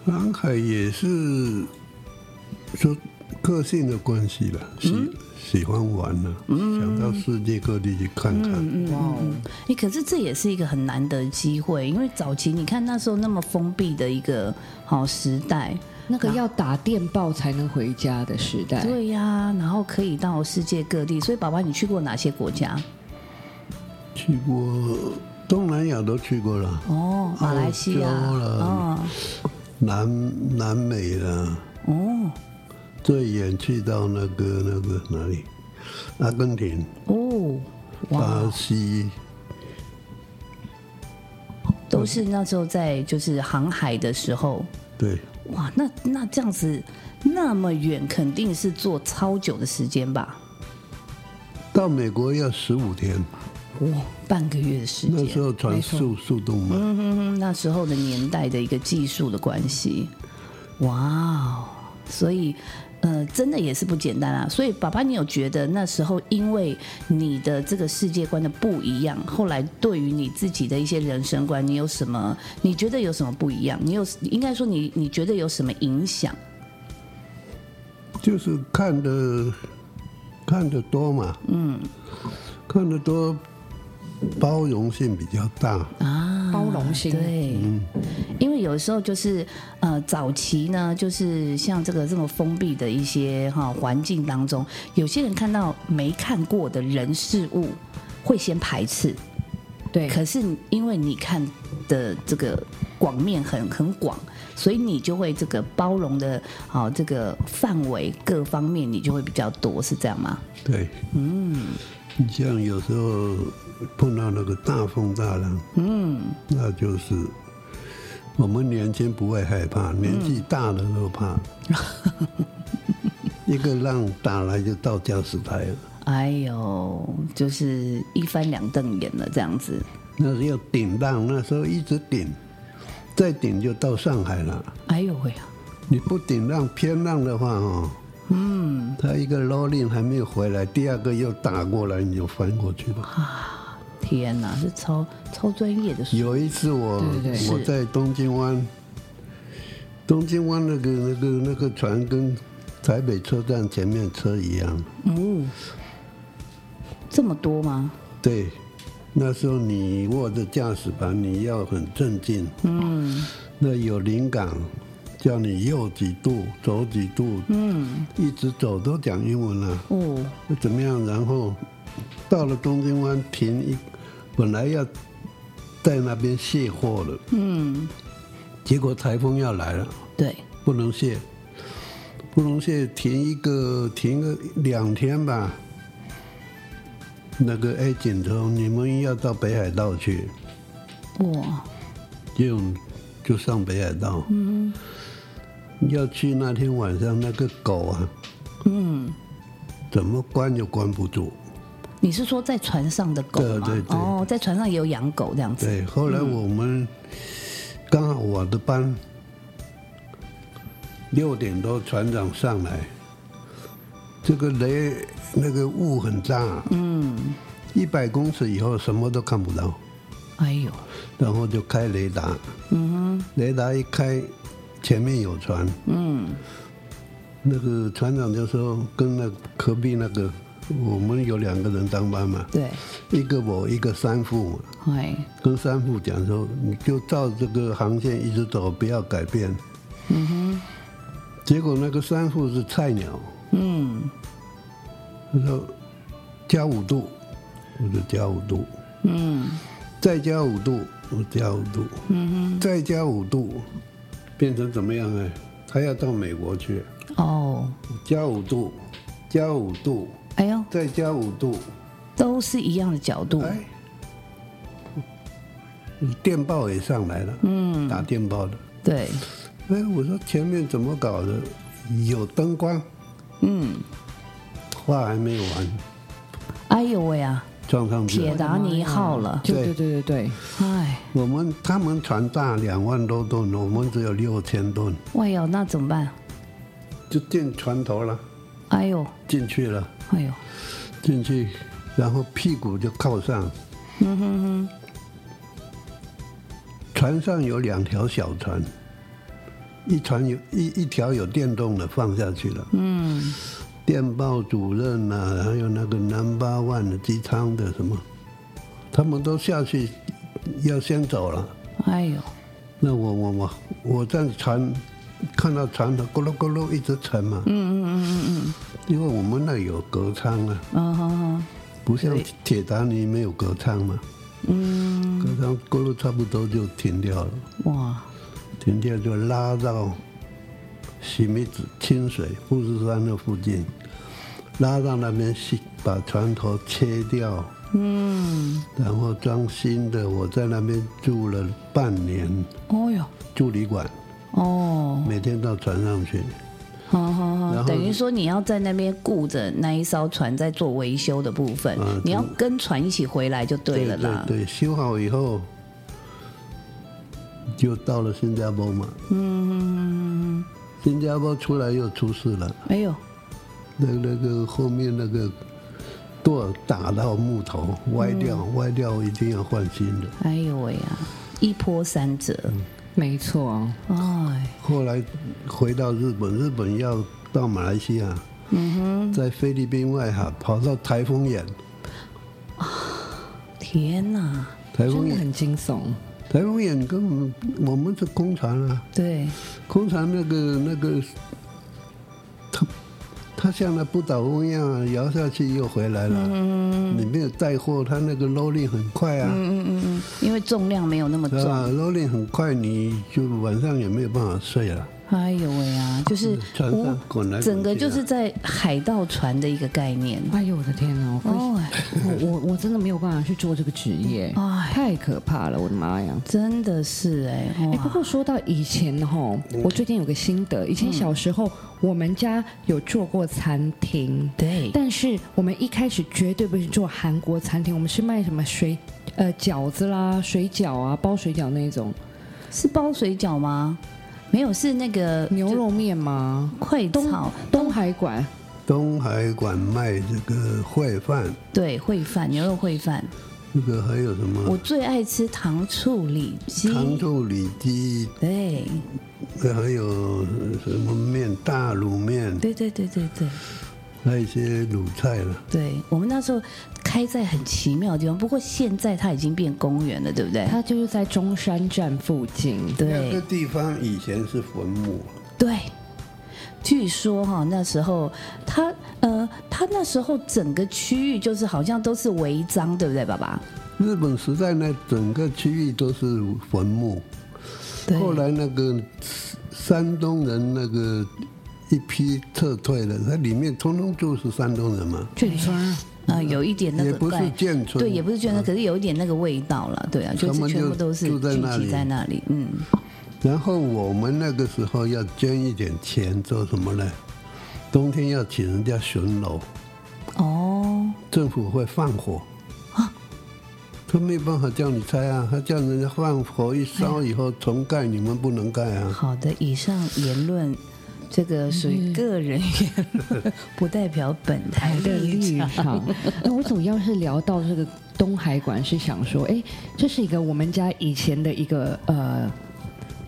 Speaker 1: 航海也是说个性的关系了，喜、喜欢玩了、想到世界各地去看看。
Speaker 2: 哇哦，
Speaker 3: 哎，可是这也是一个很难得的机会，因为早期你看那时候那么封闭的一个好时代，
Speaker 2: 那个要打电报才能回家的时代，
Speaker 3: 对呀、然后可以到世界各地。所以，爸爸，你去过哪些国家？
Speaker 1: 去过东南亚都去过了，
Speaker 3: 哦，马来西亚，
Speaker 1: 澳洲啦
Speaker 3: 哦，
Speaker 1: 南南美了，
Speaker 3: 哦，
Speaker 1: 最远去到那个那个哪里，阿根廷、
Speaker 3: 哦，
Speaker 1: 巴
Speaker 3: 哇，
Speaker 1: 西，
Speaker 3: 都是那时候在就是航海的时候，
Speaker 1: 对，
Speaker 3: 哇，那那这样子那么远，肯定是坐超久的时间吧？
Speaker 1: 到美国要十五天，
Speaker 3: 哇，半个月的时
Speaker 1: 那时
Speaker 3: 间。
Speaker 1: 候船速速度慢。
Speaker 3: 嗯哼哼，那时候的年代的一个技术的关系，哇哦，所以呃，真的也是不简单啊。所以爸爸，你有觉得那时候因为你的这个世界观的不一样，后来对于你自己的一些人生观，你有什么？你觉得有什么不一样？你有应该说你你觉得有什么影响？
Speaker 1: 就是看的看的多嘛，嗯，看的多，包容性比较大，
Speaker 2: 包容心。
Speaker 3: 啊对，因为有时候就是呃，早期呢，就是像这个这么封闭的一些哈、环境当中，有些人看到没看过的人事物，会先排斥。
Speaker 2: 对
Speaker 3: 可是因为你看的这个广面很很广，所以你就会这个包容的啊、这个范围各方面你就会比较多，是这样吗？
Speaker 1: 对，嗯，你像有时候碰到那个大风大浪，嗯，那就是我们年轻不会害怕，年纪大了都 怕，一个浪打来就到礁石台了，
Speaker 3: 哎呦，就是一翻两瞪眼了这样子。
Speaker 1: 那是要顶浪，那时候一直顶，再顶就到上海了。
Speaker 3: 哎呦喂、
Speaker 1: 你不顶浪偏浪的话，哦，嗯，他一个 rolling 还没有回来，第二个又打过来，你就翻过去了。
Speaker 3: 天哪，是超超专业的书
Speaker 1: 有一次我
Speaker 2: 对对
Speaker 3: 对
Speaker 1: 我在东京湾，东京湾那个那个那个船跟台北车站前面车一样，
Speaker 3: 哦，这么多吗？
Speaker 1: 对，那时候你握着驾驶盘，你要很镇静，嗯，那有灵感。叫你右几度，走几度，嗯，一直走都讲英文啊，
Speaker 3: 哦，
Speaker 1: 那怎么样？然后到了东京湾停一，本来要在那边卸货了，嗯，结果台风要来了，
Speaker 3: 对，
Speaker 1: 不能卸，不能卸，停一个停个两天吧。那个哎，锦州，你们要到北海道去，
Speaker 3: 哇，
Speaker 1: 就就上北海道。嗯，要去那天晚上，那个狗啊，嗯，怎么关也关不住。
Speaker 3: 你是说在船上的狗吗？
Speaker 1: 对对对
Speaker 3: 哦，在船上也有养狗这样子。
Speaker 1: 对，后来我们刚好我的班六点多船长上来，这个雷那个雾很大，嗯，一百公尺以后什么都看不到，
Speaker 3: 哎呦，
Speaker 1: 然后就开雷达，嗯雷达一开，前面有船，嗯，那个船长就说跟那隔壁那个我们有两个人当班嘛，
Speaker 3: 对，
Speaker 1: 一个我一个三副嘛。
Speaker 3: 哎，
Speaker 1: 跟三副讲说，你就照这个航线一直走，不要改变。嗯哼。结果那个三副是菜鸟，
Speaker 3: 嗯
Speaker 1: 他说加五度，我就加五度，
Speaker 3: 嗯，
Speaker 1: 再加五度，我加五度，嗯哼，再加五度，变成怎么样呢？他要到美国去，
Speaker 3: 哦，
Speaker 1: 加五度，加五度，
Speaker 3: 哎呦，
Speaker 1: 再加五度，
Speaker 3: 都是一样的角度，
Speaker 1: 哎，电报也上来了，嗯，打电报的。
Speaker 3: 对，
Speaker 1: 哎，我说前面怎么搞的？有灯光，
Speaker 3: 嗯，
Speaker 1: 话还没完，
Speaker 3: 哎呦喂啊，
Speaker 1: 撞上去
Speaker 3: 铁
Speaker 1: 了。
Speaker 3: 达尼号了，
Speaker 2: 对
Speaker 1: 对
Speaker 2: 对对对对，
Speaker 3: 哎，
Speaker 1: 我们他们船大两万多吨，我们只有六千吨，
Speaker 3: 喂呦，那怎么办？
Speaker 1: 就进船头了，
Speaker 3: 哎呦，
Speaker 1: 进去了，
Speaker 3: 哎呦，
Speaker 1: 进去，然后屁股就靠上。
Speaker 3: 嗯哼哼，
Speaker 1: 船上有两条小船，一船有一一条有电动的放下去了，
Speaker 3: 嗯，
Speaker 1: 电报主任啊，还有那个南巴万的机舱的什么，他们都下去要先走了。
Speaker 3: 哎呦，
Speaker 1: 那我我我我在船看到船头咕噜咕噜一直沉嘛，
Speaker 3: 嗯嗯嗯嗯
Speaker 1: 因为我们那有隔舱啊，
Speaker 3: 嗯，嗯哼哼，
Speaker 1: 不像
Speaker 3: 对
Speaker 1: 铁达尼没有隔舱嘛，
Speaker 3: 嗯，
Speaker 1: 隔舱咕噜差不多就停掉了，
Speaker 3: 哇，
Speaker 1: 停掉就拉到洗米子清水富士山那附近，拉到那边去把船头切掉，
Speaker 3: 嗯，
Speaker 1: 然后装新的。我在那边住了半年，
Speaker 3: 哦呦，
Speaker 1: 住旅馆，
Speaker 3: 哦，
Speaker 1: 每天到船上去。
Speaker 3: 好好好，
Speaker 1: 然后
Speaker 3: 等于说你要在那边顾着那一艘船在做维修的部分，
Speaker 1: 嗯
Speaker 3: 你要跟船一起回来就对了啦。
Speaker 1: 对对对，修好以后就到了新加坡嘛。
Speaker 3: 嗯，
Speaker 1: 新加坡出来又出事了，
Speaker 3: 哎呦，
Speaker 1: 那那个后面那个舵打到木头歪掉，
Speaker 3: 嗯
Speaker 1: 歪掉一定要换新的。
Speaker 3: 哎呦喂呀，一波三折，
Speaker 2: 没错，
Speaker 1: 嗯
Speaker 3: 哎，
Speaker 1: 后来回到日本，日本要到马来西亚，
Speaker 3: 嗯
Speaker 1: 在菲律宾外海跑到台风眼，
Speaker 3: 天哪，
Speaker 1: 台风
Speaker 2: 真的
Speaker 1: 眼，
Speaker 2: 很惊悚。
Speaker 1: 台风眼跟我们我们是空船啊。
Speaker 3: 对，
Speaker 1: 通常那个那个，它它像那不倒翁一样、啊、摇下去又回来了。嗯，你没有带货，它那个 rolling 很快啊，
Speaker 3: 嗯嗯嗯，因为重量没有那么
Speaker 1: 是吧
Speaker 3: 重，
Speaker 1: ？rolling 很快，你就晚上也没有办法睡了。
Speaker 3: 哎呦喂呀，就是
Speaker 1: 嗯船
Speaker 3: 无
Speaker 1: 上滚来滚去啊
Speaker 3: 整个就是在海盗船的一个概念，
Speaker 2: 哎呦我的天哪！ 我
Speaker 1: 啊
Speaker 3: 哦，
Speaker 2: 我我我真的没有办法去做这个职业，
Speaker 3: 哎
Speaker 2: 太可怕了！我的妈呀！
Speaker 3: 真的是哎，
Speaker 2: 哎、不
Speaker 3: 哇，
Speaker 2: 过说到以前哈，我最近有个心得，以前小时候我们家有做过餐厅，
Speaker 3: 对，
Speaker 2: 但是我们一开始绝对不是做韩国餐厅，我们是卖什么水呃饺子啦、水饺啊、包水饺那一种，
Speaker 3: 是包水饺吗？没有，是那个
Speaker 2: 牛肉面吗？
Speaker 3: 溃
Speaker 2: 东
Speaker 3: 呃草，
Speaker 2: 东海馆
Speaker 1: 东海馆卖这个烩饭，
Speaker 3: 对烩饭，牛肉烩饭，
Speaker 1: 那个还有什
Speaker 3: 我
Speaker 1: 么
Speaker 3: 最爱吃糖醋里脊。
Speaker 1: 嗯糖醋里脊，
Speaker 3: 对
Speaker 1: 还有什么面大卤面，
Speaker 3: 对对对对对
Speaker 1: 还有一些卤菜了。
Speaker 3: 对，我们那时候开在很奇妙的地方，不过现在它已经变公园了，对不对？
Speaker 2: 它就是在中山站附近。
Speaker 1: 那个
Speaker 3: 对
Speaker 1: 地方以前是坟墓，
Speaker 3: 对，据说哈、那时候它呃，它那时候整个区域就是好像都是违章，对不对，爸爸？
Speaker 1: 日本时代呢，整个区域都是坟墓。
Speaker 3: 对啊
Speaker 1: 后来那个山东人那个一批撤退了，它里面通通就是山东人嘛，
Speaker 2: 眷村
Speaker 3: 啊，有一点那
Speaker 1: 嗯也
Speaker 3: 个
Speaker 1: 不是
Speaker 3: 怪
Speaker 1: 眷村，啊
Speaker 3: 对，也不是眷村，可是有一点那个味道了，对啊，就
Speaker 1: 他
Speaker 3: 是
Speaker 1: 们就
Speaker 3: 全部都是
Speaker 1: 住在
Speaker 3: 聚
Speaker 1: 那
Speaker 3: 集
Speaker 1: 里
Speaker 3: 在那里，嗯，
Speaker 1: 然后我们那个时候要捐一点钱做什么呢？冬天要请人家巡逻，
Speaker 3: 哦，啊
Speaker 1: 政府会放火。他没有办法叫你拆啊，他叫人家放火一烧以
Speaker 3: 哎
Speaker 1: 后重盖，你们不能盖啊。
Speaker 3: 好的，以上言论，这个属
Speaker 1: 嗯
Speaker 3: 于个人言论，不代表本台
Speaker 2: 台的立
Speaker 3: 立场。
Speaker 2: 场。 那我主要是聊到这个东海馆，是想说，哎，这是一个我们家以前的一个呃。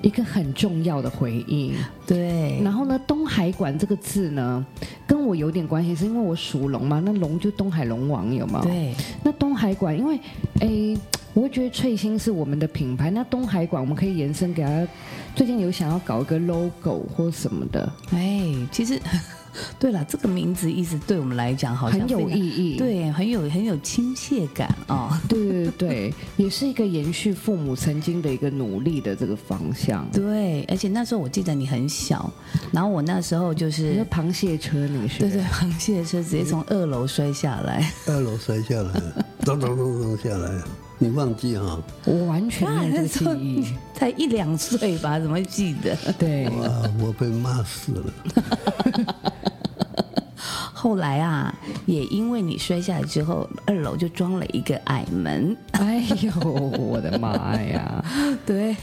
Speaker 2: 一个很重要的回忆。
Speaker 3: 对，
Speaker 2: 然后呢，东海馆这个字呢，跟我有点关系，是因为我属龙嘛，那龙就东海龙王，有吗？。
Speaker 3: 对，
Speaker 2: 那东海馆，因为诶，我会觉得翠星是我们的品牌，那东海馆我们可以延伸给它。最近有想要搞一个 logo 或什么的，
Speaker 3: 哎，其实， 对了，这个名字意思对我们来讲好像
Speaker 2: 很
Speaker 3: 非
Speaker 2: 有
Speaker 3: 常
Speaker 2: 意义。
Speaker 3: 对，很有很有亲切感哦。
Speaker 2: 对对对，也是一个延续父母曾经的一个努力的这个方向。
Speaker 3: 对，而且那时候我记得你很小，然后我那时候就
Speaker 2: 你说
Speaker 3: 是，
Speaker 2: 螃蟹车那个是？
Speaker 3: 对对，螃蟹车直接从二楼摔下来，
Speaker 1: 二楼摔下来，咚咚咚咚下来，你忘记哈、
Speaker 2: 我完全没有这个记忆。
Speaker 3: 才一两岁吧，怎么会记得？
Speaker 2: 对，
Speaker 1: 哇，啊我被骂死了。
Speaker 3: 后来啊，也因为你摔下来之后，二楼就装了一个矮门。
Speaker 2: 哎呦，我的妈呀！
Speaker 3: 对，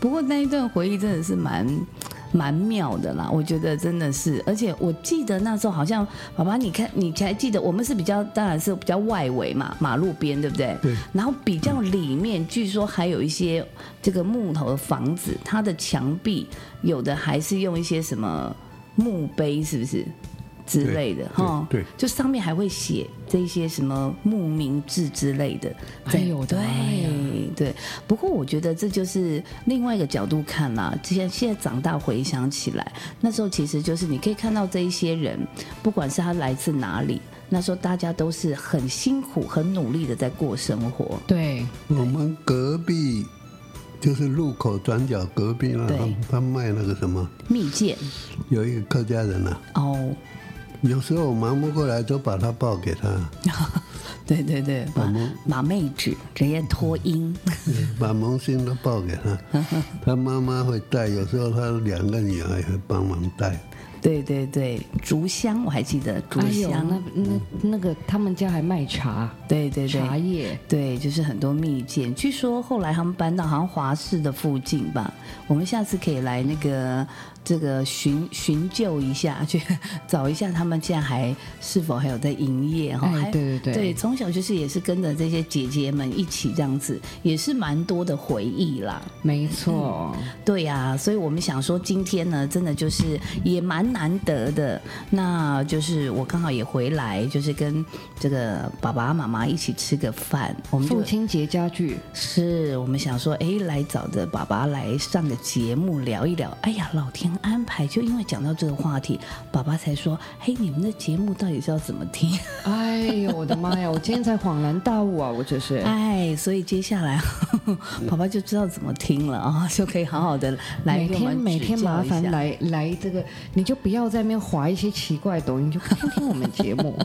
Speaker 3: 不过那一段回忆真的是蛮蛮妙的啦，我觉得真的是，而且我记得那时候好像爸爸，你看你还记得我们是比较当然是比较外围嘛，马路边对不对？
Speaker 1: 对。
Speaker 3: 然后比较里面，据说还有一些这个木头的房子，它的墙壁有的还是用一些什么墓碑，是不是？之类的
Speaker 1: 对
Speaker 3: 哈，
Speaker 1: 对
Speaker 3: 就上面还会写这些什么墓名志之类的，
Speaker 2: 哎呦我的
Speaker 3: 对
Speaker 2: 妈呀
Speaker 3: 对，不过我觉得这就是另外一个角度看啦。现现在长大回想起来，那时候其实就是你可以看到这一些人，不管是他来自哪里，那时候大家都是很辛苦、很努力的在过生活。
Speaker 2: 对，
Speaker 1: 我们隔壁就是路口转角隔壁那，
Speaker 3: 对
Speaker 1: 他他卖那个什么，
Speaker 3: 蜜饯
Speaker 1: 有一个客家人啊，
Speaker 3: 哦，
Speaker 1: 有时候我忙不过来，都把他抱给他，
Speaker 3: 对对对，马马妹纸直接脱 音，
Speaker 1: 把萌新都抱给他。他妈妈会带，有时候他两个女儿也会帮忙带。
Speaker 3: 对对对，竹香我还记得竹
Speaker 2: 哎呦，
Speaker 3: 香，
Speaker 2: 那那那个他们家还卖茶，
Speaker 3: 对对对，
Speaker 2: 茶叶。
Speaker 3: 对，就是很多蜜饯。据说后来他们搬到好像华氏的附近吧。我们下次可以来那个这个寻寻旧一下，去找一下他们现在还是否还有在营业哈？
Speaker 2: 哎
Speaker 3: 还
Speaker 2: 对对对
Speaker 3: 对，从小就是也是跟着这些姐姐们一起这样子，也是蛮多的回忆啦。
Speaker 2: 没错，
Speaker 3: 对呀、所以我们想说，今天呢，真的就是也蛮难得的。那就是我刚好也回来，就是跟这个爸爸妈妈一起吃个饭，我们就
Speaker 2: 父亲节家具，
Speaker 3: 是我们想说，哎，来找着爸爸来上个节目聊一聊。哎呀，老天安排，就因为讲到这个话题，爸爸才说，嘿，你们的节目到底是要怎么 听？
Speaker 2: 哎呦我的妈呀！我今天才恍然大悟啊，我这是。
Speaker 3: 哎，所以接下来 爸爸就知道怎么听了啊、就可以好好的来
Speaker 2: 每
Speaker 3: 给我
Speaker 2: 天
Speaker 3: 们
Speaker 2: 每天
Speaker 3: 指教
Speaker 2: 麻
Speaker 3: 一
Speaker 2: 烦
Speaker 3: 下。
Speaker 2: 来来这个，你就不要在那边划一些奇怪的抖音，你就听听我们节 目。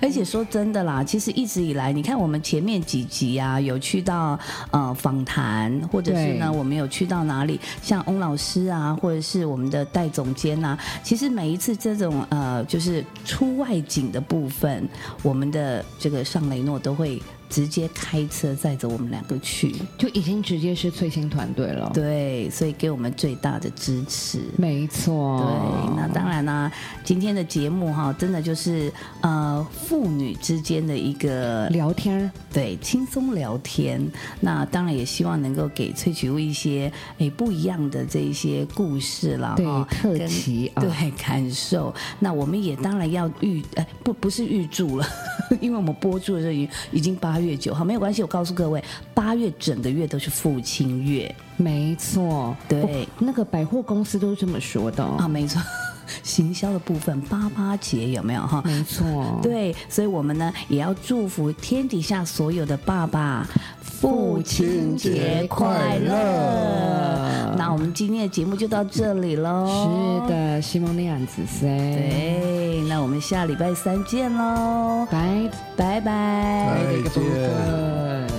Speaker 3: 而且说真的啦，其实一直以来，你看我们前面几集啊，有去到呃访谈，或者是呢，
Speaker 2: 对
Speaker 3: 我们有去到哪里，像翁老师啊，或者是我们的戴总监啊，其实每一次这种呃，就是出外景的部分，我们的这个尚雷诺都会直接开车载着我们两个去，
Speaker 2: 就已经直接是最新团队了。，
Speaker 3: 对，所以给我们最大的支持。
Speaker 2: 没错。哦
Speaker 3: 对，那当然啦、今天的节目哈、真的就是呃父女之间的一个
Speaker 2: 聊天儿
Speaker 3: 对，轻松聊天。那当然也希望能够给萃取物一些诶不一样的这一些故事啦，
Speaker 2: 对
Speaker 3: 哈
Speaker 2: 特
Speaker 3: 跟
Speaker 2: 辑啊
Speaker 3: 对感受。那我们也当然要预，哎，不不是预祝了， 因为我们播出的时候已已经八月九号，没有关系。我告诉各位，八月整个月都是父亲月，
Speaker 2: 没错。
Speaker 3: 对
Speaker 2: 哦那个百货公司都是这么说的。
Speaker 3: 啊，没错。 行销的部分，八八节有没有哈？
Speaker 2: 没错。
Speaker 3: 对，所以我们呢也要祝福天底下所有的爸爸，父亲节快乐。那我们今天的节目就到这里喽。
Speaker 2: 是。的，西蒙利安子塞。，
Speaker 3: 对，那我们下礼拜三见喽，
Speaker 2: 拜
Speaker 3: 拜拜
Speaker 1: 拜再见
Speaker 2: 拜。